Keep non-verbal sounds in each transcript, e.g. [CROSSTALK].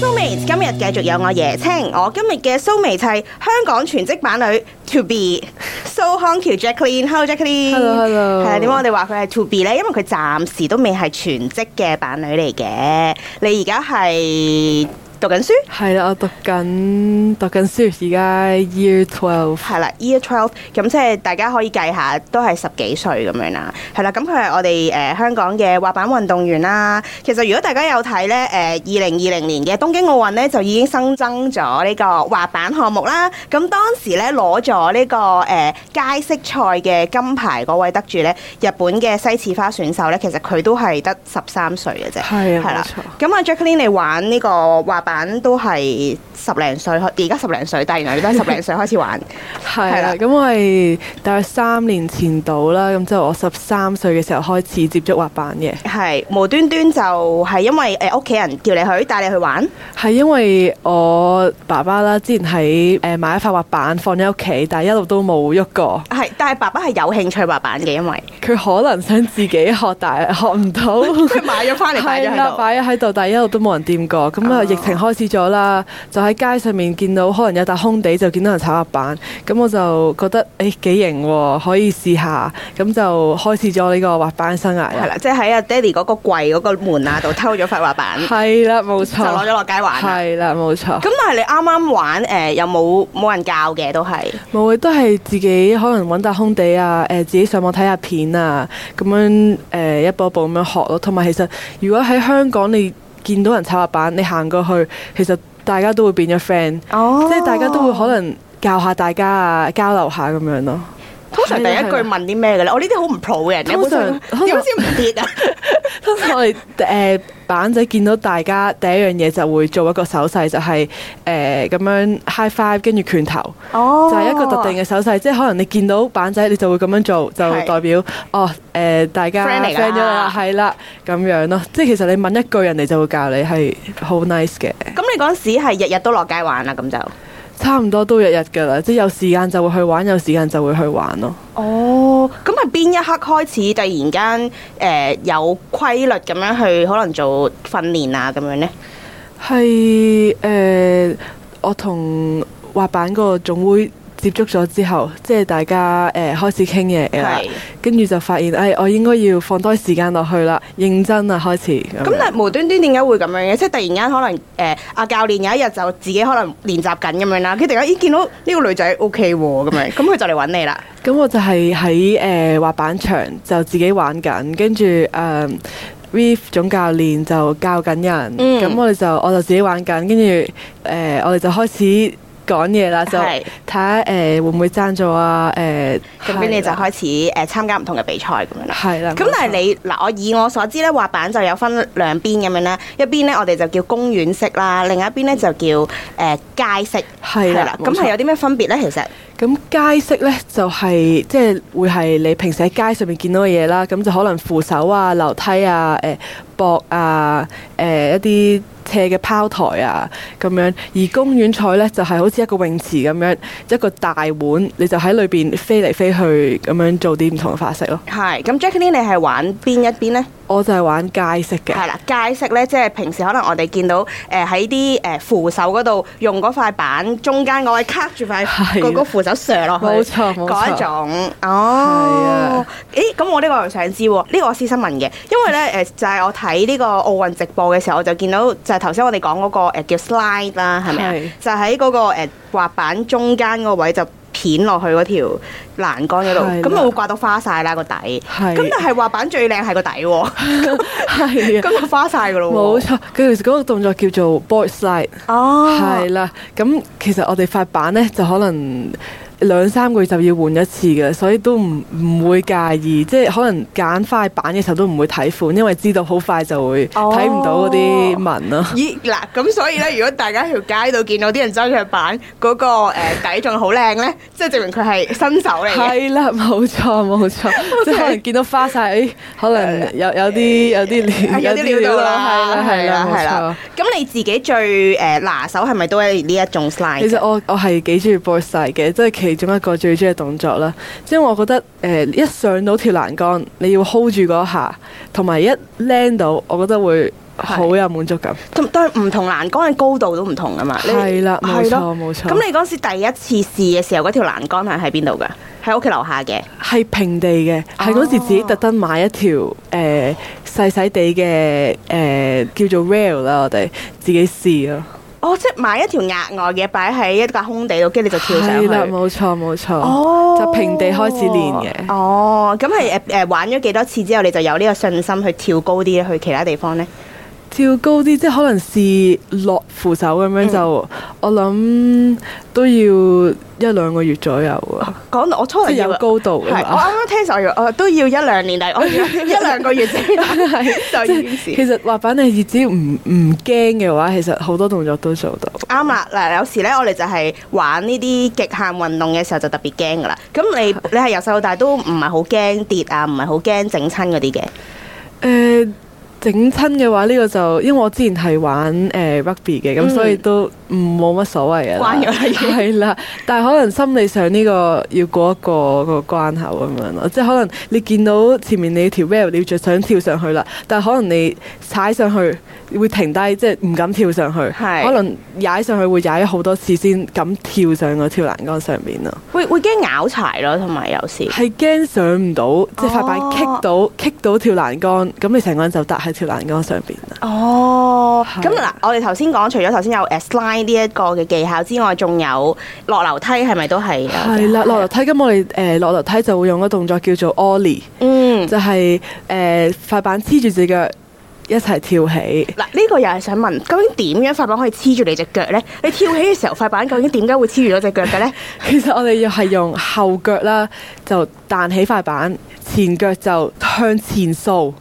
蘇眉今日繼續有我椰青，我今日嘅蘇眉就係香港全職版女 To Be 蘇康橋 Jacqueline，Hello Jacqueline。 Hello，hello 係啦，點解我哋話佢係 To Be 咧？因為佢暫時都未係全職嘅版女嚟嘅。你而家係讀緊書，係啦，我讀緊讀緊 s 而家 Year Twelve，係啦，Year Twelve，咁即係大家可以計下，都係十幾歲咁樣啦。係啦，咁佢係我哋誒、呃香港嘅滑板運動員啦。其實如果大家有睇咧，誒二零二零年嘅東京奧運咧，就已經新增咗呢個滑板項目啦。咁當時咧攞咗呢個誒、呃街式賽嘅金牌嗰位得主咧，日本嘅西次花選手咧，其實佢都係得十三歲嘅啫。係係啊，啦冇錯。咁啊，Jacqueline 你玩呢個滑板都係十零歲開，而家十零歲，但係原來你都係十零歲開始玩。係係啦啦，咁我係大約三年前到啦，咁就我十三歲嘅時候開始接觸滑板嘅，係無端端就係因為誒屋企人叫你去帶你去玩，係因為我爸爸啦，之前喺誒買一塊滑板放咗喺屋企，但係一路都冇喐過，係但係爸爸係有興趣滑板嘅，因為佢可能想自己學，但係學唔到。佢買咗翻嚟擺咗係啦，喺度。擺咗喺度，但係一路都冇人掂過。咁哦啊，疫情開始咗啦，就喺街上面見到可能有笪空地，就見到人炒滑板。咁我就覺得誒幾型喎，可以試下。咁就開始咗呢個滑板生涯係啦。啦，即係喺阿爹哋嗰個櫃嗰個門啊度偷咗塊滑板，就係啦，攞冇咗錯。落街玩啦。係啦，冇錯。咁但係你啱啱玩誒有冇冇人教嘅都係，冇，都係自己可能揾笪空地啊，誒、自己上網睇下片啊，咁樣誒、一步一步咁樣學咯。同埋其實如果喺香港你見到人踩滑板，你行過去，其實大家都會變咗 friend。哦即係大家都會可能教下大家啊，交流下咁樣咯。通常第一句問啲咩嘅咧？哦我呢啲好唔 pro 嘅人咧，啊通常本身點知唔跌啊？通常我哋誒板仔見到大家第一樣嘢就會做一個手勢，就係誒咁樣 high five，跟住拳頭，哦 [LAUGHS] 就係一個特定嘅手勢。即係可能你見到板仔，你就會咁樣做，係就代表哦誒、大家 Friend 嚟㗎 friend 咗啦，係啦咁樣咯。即係其實你問一句，人哋就會教你係好 nice 嘅。哦咁你嗰陣時係日日都落街玩啊啦，咁就。差唔多都日日㗎啦，即係有時間就會去玩，有時間就會去玩咯。哦，咁係邊一刻開始突然間誒、呃有規律咁樣去可能做訓練啊咁樣呢？係誒、呃我同滑板個總會接觸咗之後，即係大家誒、呃、開始傾嘢啦係，啊跟住就發現誒、哎我應該要放多啲時間落去啦，認真啦開始咁咁樣。但係無端端點解會咁樣嘅？即係突然間可能誒呃阿、教練有一日就自己可能練習緊咁樣啦，跟住突然間咦見到呢個女仔 O K 喎咁樣，咁佢就嚟揾你啦。咁我就係喺誒滑板場就自己玩緊，跟住誒。Reef 總教練就教緊人，咁、嗯我哋就我就自己玩緊，跟住誒我哋就開始講嘢啦，就係睇下誒會唔會爭咗啊誒，咁跟住係就啦開始誒、呃、參加唔同嘅比賽咁樣啦。係啦。咁冇但錯係你嗱，我以我所知咧，滑板就有分兩邊咁樣啦，一邊咧我哋就叫公園式啦，另一邊咧就叫誒、呃街式，係啦咁冇錯係有啲咩分別咧？其實？咁街式咧就係、即係會係你平時喺街上面見到嘅嘢啦，咁就可能扶手啊、樓梯啊、誒、膊啊、誒、一啲斜嘅拋台啊咁樣。而公園賽咧就係、好似一個泳池咁樣，一個大碗，你就喺裏邊飛嚟飛去咁樣做啲唔同嘅花式咯。係，咁 Jackie 你係玩邊一邊呢？我就係玩街式嘅，係啦，街式呢，即係平時可能我哋見到誒喺啲誒扶手嗰度用嗰塊板中間嗰位卡住塊係啊嗰個扶手射落去，冇錯啊冇錯嗰一種哦。咦，咁我呢個又想知喎，呢個我私心問嘅，因為呢，誒呃就係我睇呢個奧運直播嘅時候，我就見到就係頭先我哋講嗰個誒叫 slide 呃啦，係咪啊係？就喺嗰個誒滑板中間嗰個位就。片落去嗰條欄杆嗰度，係啦咁啊咪會刮到花晒啦個底。係咁但係滑板最靚係個底喎，係啊，咁就花晒噶咯冇喎。錯。佢其實嗰個動作叫做 board slide。哦，係啦，咁其實我哋發版呢，就可能兩三個月就要換一次嘅，所以都唔唔會介意，即係可能揀塊版嘅時候都唔會睇款，因為知道好快就會哦睇唔到嗰啲文啊咯。咦嗱，咁所以咧，如果大家喺條街度見到啲人揸住板，嗰、個、呃、底仲好靚咧， [LAUGHS] 即係證明佢係新手嚟嘅。係啦， [LAUGHS] 冇錯冇錯，啊即係可能見到花晒，咦可能有有啲有啲啊料 [LAUGHS] [LAUGHS] 有啲料到啦，係啦係啦，咁你自己最誒拿手係咪都係呢一種 slide？冇錯。其實我我係幾中意 board slide 嘅，即係其中一個最中意嘅動作啦。即係我覺得誒、呃一上到條欄杆，你要 hold 住嗰下，同埋一 land 到，我覺得會好有滿足感。同但係唔同欄杆嘅高度都唔同啊嘛。你係啦，冇係錯咯冇錯。咁你嗰時第一次試嘅時候，嗰條欄杆係喺邊度㗎？喺屋企樓下嘅。係平地嘅，係嗰時自哦己特登買一條誒、呃、細細地嘅誒、呃叫做 rail 啦，我哋自己試咯。哦，即係買一條額外嘅擺喺一架空地度，跟住你就跳上係啦，去。冇錯冇錯，哦，就平地開始練嘅。哦，咁係誒誒玩咗幾多次之後，你就有呢個信心去跳高啲去其他地方咧？跳高啲，即係可能試落扶手咁樣嗯就，我諗都要一兩個月左右啊，講到我初嚟即係有高度哦係，㗎我嘛。啱啱聽就以為哦我都要一兩年，但係我要 [LAUGHS] 一兩個月啫，就已經其是實滑板你只要唔唔驚嘅話，其實好多動作都做到。啱啦。嗱，有時咧，我哋就係玩呢啲極限運動嘅時候就特別驚噶啦。咁你你係由細到大都唔係好驚跌啊，唔係好驚整親嗰啲嘅。誒呃整親嘅話，呢、個就因為我之前係玩誒、呃 rugby 嘅，咁、嗯所以都唔冇乜所謂嘅啦，慣咗啦已經 [LAUGHS] 係啦，但係可能心理上呢個要過一過個關口咁樣咯，即係可能你見到前面你條 rail 你要着想跳上去啦，但係可能你踩上去會停低，即係唔敢跳上去，係可能踩上去會踩咗好多次先敢跳上嗰條欄杆上面咯，會會驚拗柴咯，同埋有時係驚上唔到，即係塊板哦 kick 到 kick 到條欄杆，咁你成個人就搭喺條欄杆上邊啦。哦，係咁嗱，我哋頭先講，除咗頭先有誒 slide 呢一個嘅技巧之外，仲有落樓梯係咪都係？係啊啦，落樓，梯咁我哋誒落樓梯就會用個動作叫做 ollie，嗯，就係誒塊板黐住隻腳一齊跳起。嗱，[LAUGHS] 呢個又係想問，究竟點樣塊板可以黐住你只腳咧？你跳起嘅時候，塊板究竟點解會黐住咗只腳嘅 [LAUGHS] 咧？其實我哋又係用後腳啦，就彈起塊板，前腳就向前掃，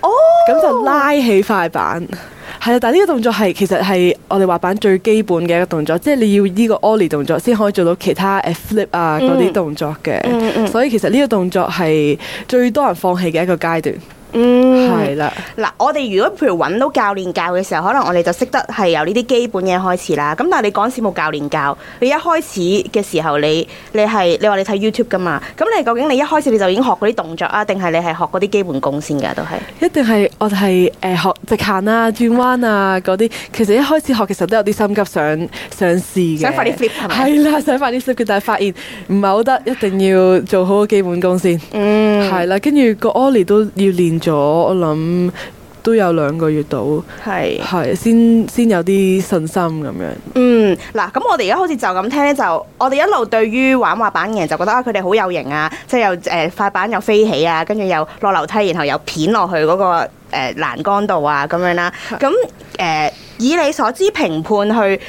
哦，咁就拉起塊板。係啊啦，但係呢個動作係其實係我哋滑板最基本嘅一個動作，即係你要呢個 ollie 動作先可以做到其他誒 flip 啊嗰啲嗯動作嘅。嗯嗯所以其實呢個動作係最多人放棄嘅一個階段。嗯，係啦、嗱，我哋如果譬如揾到教練教嘅時候，可能我哋就識得係由呢啲基本嘢開始啦。咁但係你嗰陣時冇教練教，你一開始嘅時候，你你係你話你睇 YouTube 噶嘛？咁你究竟你一開始你就已經學嗰啲動作啊，定係你係學嗰啲基本功先㗎？都係一定係我哋係誒學直行啊、轉彎啊嗰啲，其實一開始學嘅時候都有啲心急想想試嘅，想快啲 flip 係咪係啦，想快啲 flip 嘅，但係發現唔係好得，一定要做好個基本功先，嗯係啦、跟住個 ollie 都要練咗，我諗都有兩個月到，係。係先先有啲信心咁樣。嗯，嗱，咁我哋而家好似就咁聽咧，就我哋一路對於玩滑板嘅人就覺得啊，佢哋好有型啊，即係又誒塊板又飛起啊，跟住又落樓梯，然後又片落去嗰、個誒、呃、欄杆度啊，咁樣啦。咁誒、呃以你所知評判去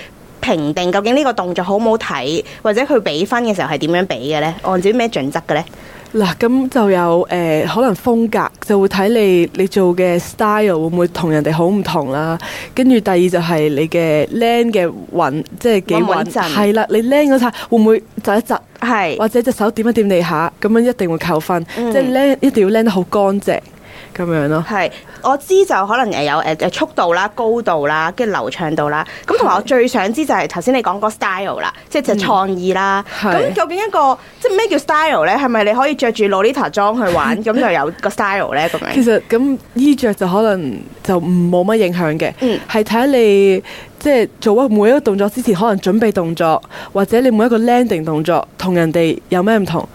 評定究竟呢個動作好唔好睇，或者佢俾分嘅時候係點樣俾嘅咧？按照咩準則嘅咧？嗱，咁就有誒、呃可能風格就會睇你你做嘅 style 會唔會同人哋好唔同啦。跟住第二就係你嘅 land 嘅穩，即係幾穩唔穩穩。陣係啦，你 land 嗰下會唔會窒一窒，係或者隻手點一點地下，咁樣一定會扣分。嗯即係 land 一定要 land 得好乾淨咁樣咯。係，我知就可能誒有誒誒速度啦、高度啦、跟住流暢度啦。咁同埋我最想知就係頭先你講個 style 啦，即係就創意啦。嗯咁、係究竟一個即係咩叫 style 咧？係咪你可以着住 Lolita 裝去玩， [LAUGHS] 咁就有個 style 咧？咁其樣實咁衣着就可能就唔冇乜影響嘅嗯，係睇下你即係做每一個動作之前，可能準備動作或者你每一個 landing 動作同人哋有咩唔同。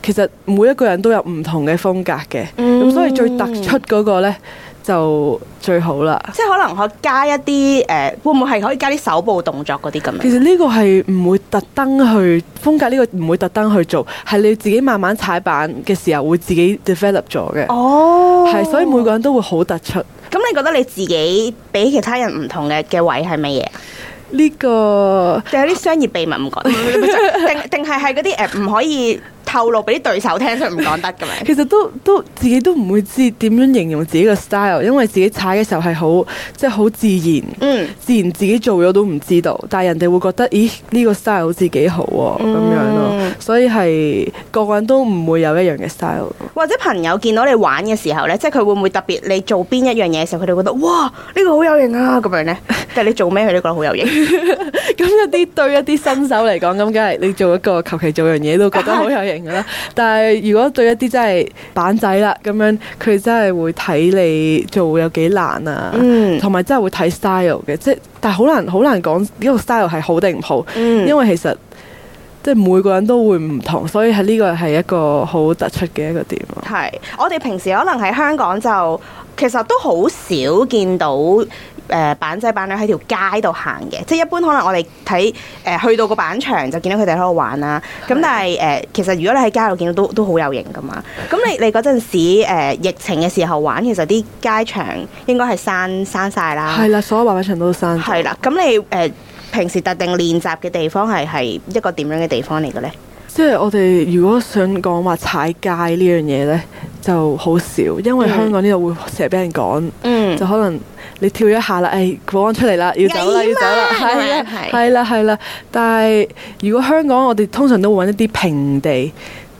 其實每一個人都有唔同嘅風格嘅，咁、嗯所以最突出嗰個呢，就最好啦。即係可能可加一啲誒、呃，會唔會係可以加啲手部動作嗰啲咁樣？其實呢個係唔會特登去風格，呢個唔會特登去做，係你自己慢慢踩板嘅時候會自己 develop 咗嘅。哦，係，所以每個人都會好突出。咁你覺得你自己比其他人唔同嘅嘅位係乜嘢？呢、個定有啲商業秘密唔講得？定定係係嗰啲誒唔可以透露俾啲對手聽，所以唔講得咁樣？其實都都自己都唔會知點樣形容自己個 style，因為自己踩嘅時候係好即係好自然，嗯。自然自己做咗都唔知道，但係人哋會覺得咦呢、個 style 好似幾好喎、咁樣咯嗯，所以係個個人都唔會有一樣嘅 style。 [LAUGHS] 或者朋友見到你玩嘅時候咧，即係佢會唔會特別你做邊一樣嘢嘅時候，佢哋會覺得哇呢、個好有型啊咁樣咧？但係你做咩佢都覺得好有型，咁一啲對一啲新手嚟講，咁梗係你做一個求其做樣嘢都覺得好有型噶啦。但係如果對一啲真係板仔啦，咁樣佢真係會睇你做有幾難啊，嗯同埋、真係會睇 style 嘅，即係但係好難好難講呢個 style 係好定唔好，嗯因為其實即係每個人都會唔同，所以係呢個係一個好突出嘅一個點啊咯。係我哋平時可能喺香港就其實都好少見到。誒、板仔板女喺條街度行嘅，即係一般可能我哋睇呃誒去到個板場就見到佢哋喺度玩啦。咁但係誒、呃其實如果你喺街度見到都都好有型噶嘛。咁你你嗰陣時、呃、疫情嘅時候玩，其實啲街場應該係閂閂晒啦。係啦，所有滑板場都生。啊係啦，咁你誒、呃平時特定練習嘅地方係係一個點樣嘅地方嚟嘅咧？即係我哋如果想講話踩界呢樣嘢呢，就好少，因為嗯香港呢度會成日俾人講，嗯就可能你跳一下啦，誒、保安出嚟啦，要走啦，危險要走啦啊，係咁樣啊係，係啦，係啦。但係如果香港，我哋通常都會揾一啲平地，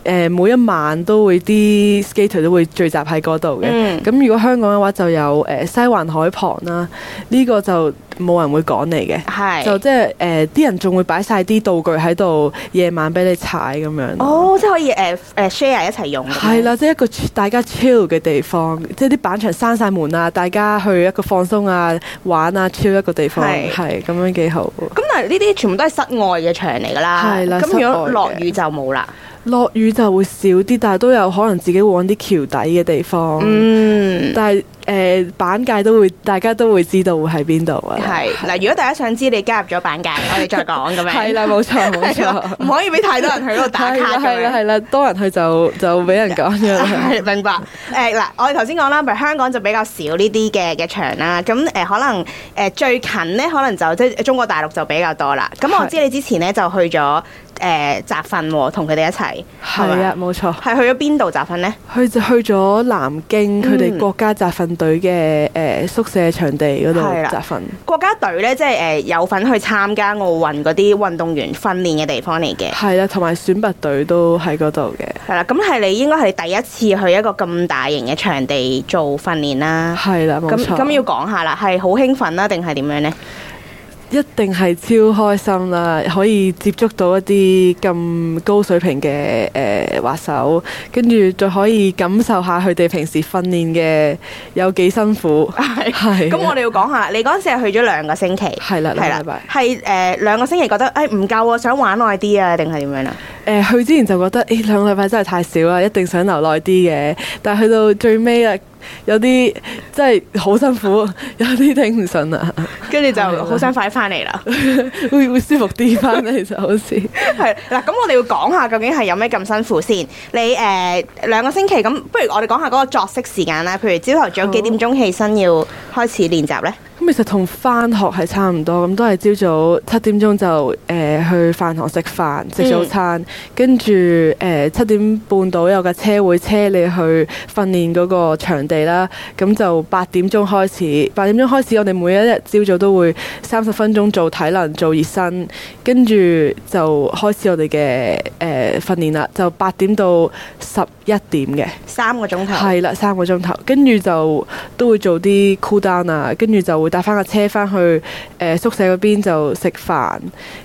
誒、每一晚都會啲 skater 都會聚集喺嗰度嘅。嗯咁、如果香港嘅話，就有誒、西環海旁啦，呢、個就冇人會講你嘅。係就即係誒，啲人仲會擺晒啲道具喺度，夜晚俾你踩咁樣。哦，即係可以誒誒 share 一齊用咁樣。係啦，即係一個大家 chill 嘅地方，即係啲板場閂晒門啊，大家去一個放鬆啊、玩啊、chill 一個地方，係係咁樣幾好。咁但係呢啲全部都係室外嘅場嚟㗎啦。係啦咁如果室外落嘅雨就冇啦。落雨就會少啲，但係都有可能自己會揾啲橋底嘅地方。嗯。但係誒、板界都會，大家都會知道會喺邊度啊。 [LAUGHS] 係嗱，如果大家想知你加入咗板界，我哋再講咁樣。 [LAUGHS] 係啦，冇錯冇係啦，[LAUGHS] 錯。唔可以俾太多人喺度打係卡咁啦係啦樣。係啦，多人去就就俾人講咗啦。係明白。誒、呃嗱，我哋頭先講啦，譬如香港就比較少呢啲嘅嘅場啦。咁誒、可能誒、呃最近咧，可能就即係中國大陸就比較多啦。咁我係知你之前咧就去咗誒集訓喎，同佢哋一齊係咪啊，冇錯。 [LAUGHS] 係去咗邊度集訓咧？佢就去咗南京佢哋嗯國家集訓隊嘅誒宿舍場地嗰度係啦集訓，國家隊咧，即係誒、有份去參加奧運嗰啲運動員訓練嘅地方嚟嘅。係啦，同埋選拔隊都喺嗰度嘅，係啦，咁係你應該係你第一次去一個咁大型嘅場地做訓練啦。係啦，冇咁錯。咁要講下啦，係好興奮啦，定係點樣咧？一定係超開心啦，可以接觸到一啲咁高水平嘅誒、呃滑手，跟住再可以感受下佢哋平時訓練嘅有幾辛苦，係係咁我哋要講下啦，你嗰陣時係去咗兩個星期，係啦，係兩啦個禮拜。，係誒兩個星期覺得誒唔夠啊，想玩耐啲啊，定係點樣啊？誒、去之前就覺得，誒、兩個禮拜真係太少啦，一定想留耐啲嘅。但係去到最尾啊，有啲真係好辛苦，有啲頂唔順啊，跟住就係啦好想快翻嚟啦。會會舒服啲翻嚟就好似。 [LAUGHS] 係嗱，咁我哋要講下究竟係有咩咁辛苦先。你誒兩個星期咁，不如我哋講下嗰個作息時間啦。譬如朝頭早幾點鐘起身要開始練習咧？咁其實同翻學係差唔多，咁都係朝早七點鐘就誒、呃去飯堂食飯食早餐，跟住誒七點半到有架車會車你去訓練嗰個場地啦。咁就八點鐘開始，八點鐘開始我哋每一日朝早都會三十分鐘做體能做熱身，跟住就開始我哋嘅誒訓練啦，就八點到十一點嘅。三個鐘頭。係啦，三個鐘頭，跟住就都會做啲 cool down 啊，跟住就會搭翻架車翻去誒、呃宿舍嗰邊就食飯，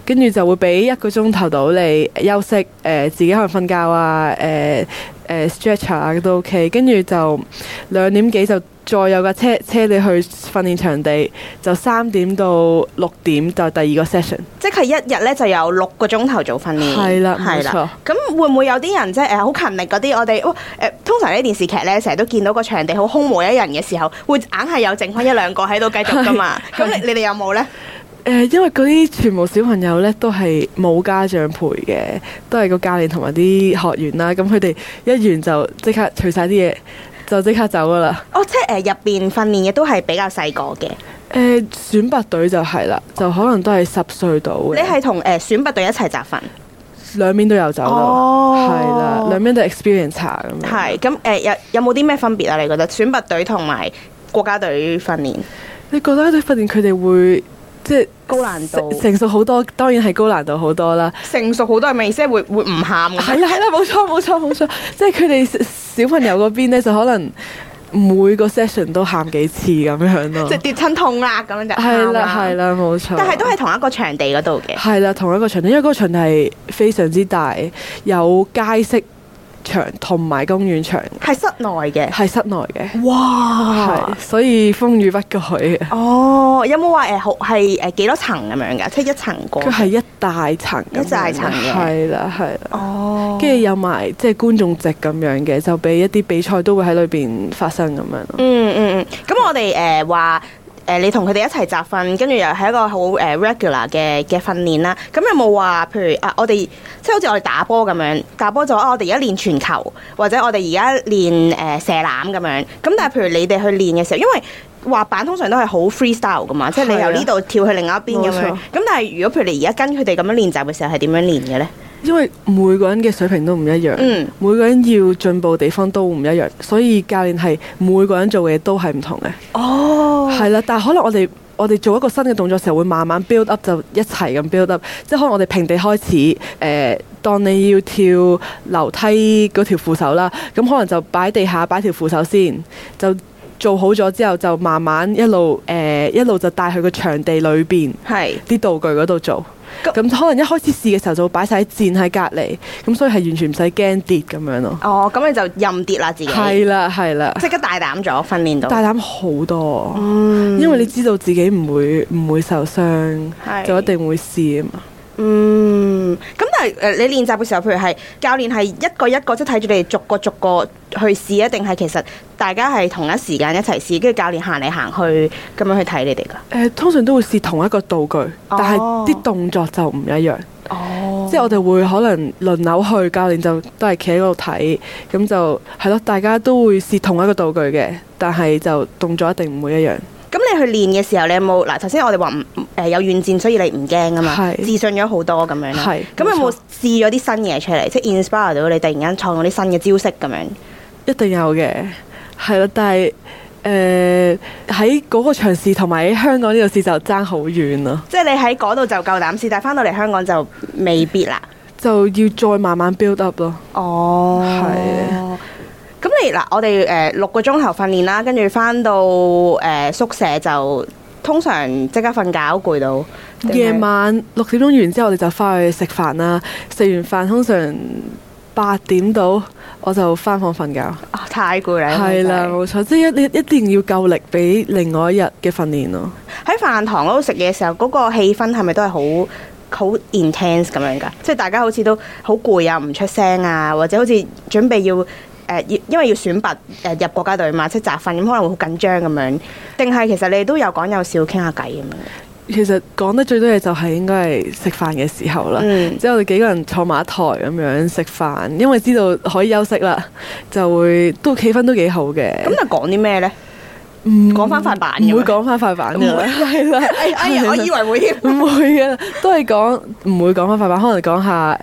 跟呃住就會俾一個鐘頭到你休息，誒、自己可能瞓覺啊，誒、誒、誒 stretcher 啊都 OK，跟住就兩點幾就再有架車車你去訓練場地，就三點到六點就第二個 session。即係一日咧就有六個鐘頭做訓練，係啦冇錯。咁會唔會有啲人即係誒好勤力嗰啲？我哋哇誒，通常呢電視劇咧成日都見到個場地好空無一人嘅時候，會硬係有剩翻一兩個喺度繼續噶嘛。咁你你哋有冇咧？誒、呃因為嗰啲全部小朋友咧都係冇家長陪嘅，都係個教練同埋啲學員啦。咁佢哋一完就即刻除晒啲嘢，就即刻走噶啦。哦，即係誒入邊訓練嘅都係比較細個嘅。誒、選呃拔隊就係啦，就可能都係十歲到嘅。你係同誒選拔隊一齊集訓，兩邊都有走哦咯，係啦、兩邊都 experience 下咁樣。係咁誒有有冇啲咩分別啊？你覺得選拔隊同埋國家隊訓練？你覺得對訓練佢哋會即係高難度成成熟好多，當然係高難度好多啦。成熟好多係咪？即係會會唔喊咁樣係啦係啦，冇錯冇錯冇錯， [LAUGHS] 即係佢哋小朋友嗰邊咧就可能每個 session 都喊幾次咁樣咯即係。跌親痛啦咁樣就係啦係啦，啦，冇錯。但係都係同一個場地嗰度嘅。係啦，同一個場地，因為嗰個場地係非常之大，有街式場同埋公園場，係室內嘅。係室內嘅，哇係所以風雨不改啊嘅。哦，有冇話誒好係誒幾多層咁樣㗎？即係一層過佢。係一大層咁樣，哦一大層嘅係啦係啦。哦跟住有埋即係觀眾席咁樣嘅，就俾一啲比賽都會喺裏邊發生咁樣咯。嗯嗯嗯，咁我哋誒話。誒、你同佢哋一齊集訓，跟住又係一個好誒、regular 嘅嘅訓練啦。咁有冇話譬如啊，我哋即係好似我哋打波咁樣，打波就啊，我哋而家練傳球，或者我哋而家練誒、呃射籃咁樣。咁但係譬如你哋去練嘅時候，因為滑板通常都係好 freestyle 噶嘛，即係你係啊由呢度跳去另外一邊咁冇樣。錯咁但係如果譬如你而家跟佢哋咁樣練習嘅時候，係點樣練嘅咧？因為每個人嘅水平都唔一樣，嗯每個人要進步嘅地方都唔一樣，所以教練係每個人做嘅嘢都係唔同嘅。哦係啦、但係可能我哋我哋做一個新嘅動作嘅時候，會慢慢 build up 就一齊咁 build up，即係可能我哋平地開始，誒、當你要跳樓梯嗰條扶手啦，咁可能就擺地下擺條扶手先，就做好咗之後，就慢慢一路誒、一路就帶去個場地裏邊。係。啲道具嗰度做。咁咁可能一開始試嘅時候就會擺晒啲箭喺隔離，咁所以係完全唔使驚跌咁樣咯。哦，咁你就任跌啦自己，係啦，係啦，即刻大膽咗訓練到。大膽好多，嗯因為你知道自己唔會唔會受傷係，就一定會試啊嘛。嗯，咁但係誒、呃你練習嘅時候，譬如係教練係一個一個，即係睇住你哋逐個逐個去試啊，定係其實大家係同一時間一齊試，跟住教練行嚟行去咁樣去睇你哋噶？誒、通常都會試同一個道具，但係啲動作就唔一樣。哦即係我哋會可能輪流去，教練就都係企喺嗰度睇，咁就係咯，大家都會試同一個道具嘅，但係就動作一定唔會一樣。咁你去練嘅時候，你有冇嗱？頭先我哋話唔誒有遠戰，所以你唔驚啊嘛，係自信咗好多咁樣啦。係咁有冇冇錯試咗啲新嘢出嚟，即係 inspire 到你突然間創咗啲新嘅招式咁樣？一定有嘅，係啦，但係誒喺嗰個場試同埋喺香港呢度試就爭好遠啦，即係你喺嗰度就夠膽試，但係翻到嚟香港就未必啦。就要再慢慢 build up 咯。哦，係係。咁你嗱，我哋誒、呃六個鐘頭訓練啦，跟住翻到誒、呃宿舍就通常即刻瞓覺，攰到定係夜晚六點鐘完之後，我哋就翻去食飯啦。食完飯通常八點到，我就翻房瞓覺。啊太攰啦，係啦，真係冇錯，即係一你一定要夠力俾另外一日嘅訓練咯。喺飯堂嗰度食嘢嘅時候，嗰、個氣氛係咪都係好好 intense 咁樣㗎？即係大家好似都好攰啊，唔出聲啊，或者好似準備要。誒、要因為要選拔誒、呃入國家隊嘛，即係集訓咁，可能會好緊張咁樣。定係其實你哋都有講有笑，傾下偈咁樣。其實講得最多嘢就係應該係食飯嘅時候啦，嗯即係我哋幾個人坐埋一台咁樣食飯，因為知道可以休息啦，就會都氣氛都幾好嘅。咁就講啲咩咧？唔講翻塊板咁樣嗯唔會講翻塊板嘅， [LAUGHS] 係啦， [LAUGHS] 哎呀，我以為會添。唔會嘅，都係講唔會講翻塊板，可能講下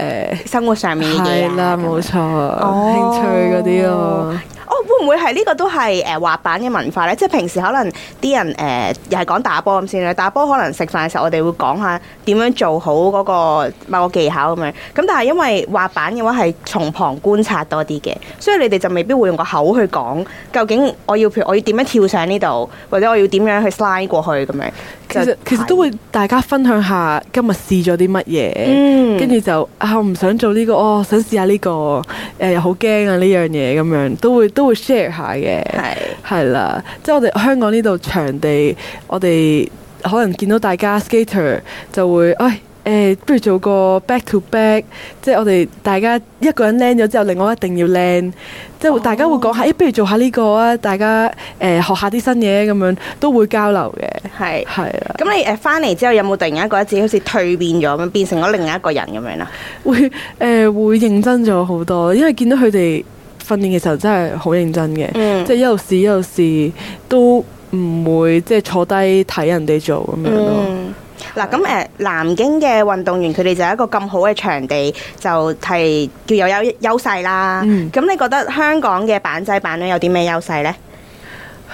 誒生活上面嘅嘢啊係啦，冇錯，哦興趣嗰啲咯。哦，會唔會唔會係呢個都係誒滑板嘅文化咧？即係平時可能啲人誒、呃又係講打波咁先啦，打波可能食飯嘅時候我哋會講下點樣做好嗰個某個技巧咁樣。咁但係因為滑板嘅話係從旁觀察多啲嘅，所以你哋就未必會用個口去講究竟我要譬如我要點樣跳上呢度，或者我要點樣去 slide 過去咁樣。其實其實都會大家分享下今日試咗啲乜嘢，嗯，跟住、就啊我唔想做呢、個，哦想試下呢、個，誒、又好驚啊呢樣嘢咁樣，都會都會 share 下嘅。係係啦，即係我哋香港呢度場地，我哋可能見到大家 skater 就會，唉、誒不如做個 back to back，即係我哋大家一個人 land 咗之後，另外一定要 land，即哦係大家會講下，誒、哎不如做下呢個啊，大家誒、學下啲新嘢咁樣，都會交流嘅，係。係啦，咁你誒翻嚟之後有冇突然間覺得自己好似蜕變咗咁樣，變成咗另一個人咁樣啊啦？會誒、會認真咗好多，因為見到佢哋訓練嘅時候真係好認真嘅，嗯即係一路試一路試，都唔會即係坐低睇人哋做咁樣咯。嗯，嗱咁誒，南京嘅運動員佢哋就有一個咁好嘅場地，就係叫有優優勢啦。咁、嗯你覺得香港嘅板仔板女有啲咩優勢呢？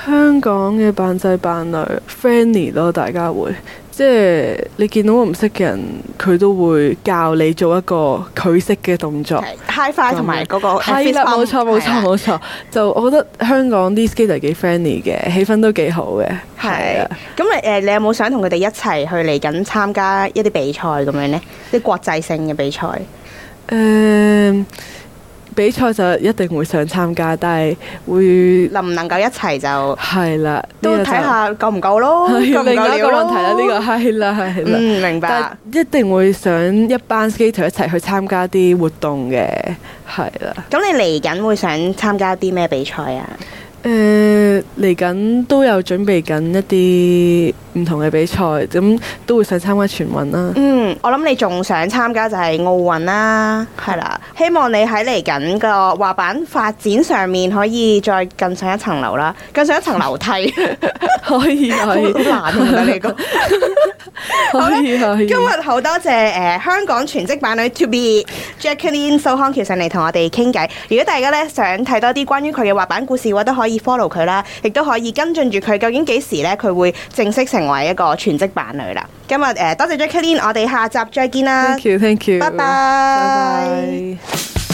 香港嘅扮仔扮女 friendly 咯，大家會即係你見到我唔識嘅人，佢都會教你做一個佢識嘅動作。 high five 同埋嗰個誒哦係 fist 啦， bump，冇錯係冇錯啊冇錯，就我覺得香港啲 skater 幾 friendly 嘅，氣氛都幾好嘅。係係啊，咁你誒，你有冇想同佢哋一齊去嚟緊參加一啲比賽咁樣呢？啲國際性嘅比賽，誒呃比賽就一定會想參加，但係會能唔能夠一齊就係啦，呢都個睇就下夠唔夠咯， [LAUGHS] 係啊夠唔夠另外一料個咯問題啦，呢個係啦係啦。嗯，明白。但一定會想一班 skater 一齊去參加啲活動嘅，係啦。咁你嚟緊會想參加啲咩比賽啊？誒呃嚟緊都有準備緊一啲唔同嘅比賽，咁都會想參加全運啦。 [LAUGHS] 嗯，我諗你仲想參加就係奧運啦，係啦。希望你喺嚟緊個滑板發展上面可以再更上一層樓啦，更上一層樓梯，可以好可以難啊！你個可以可以今，日好多謝誒、呃香港全職版女 To Be Jacqueline 蘇康橋上嚟同我哋傾偈。如果大家咧想睇多啲關於佢嘅滑板故事嘅話，都可以 follow 佢啦，亦都可以跟進住佢究竟幾時咧佢會正式成為一個全職版女啦。今日誒、呃多謝 Jacqueline，我哋下集再見啦 thank，you thank you，拜拜拜拜。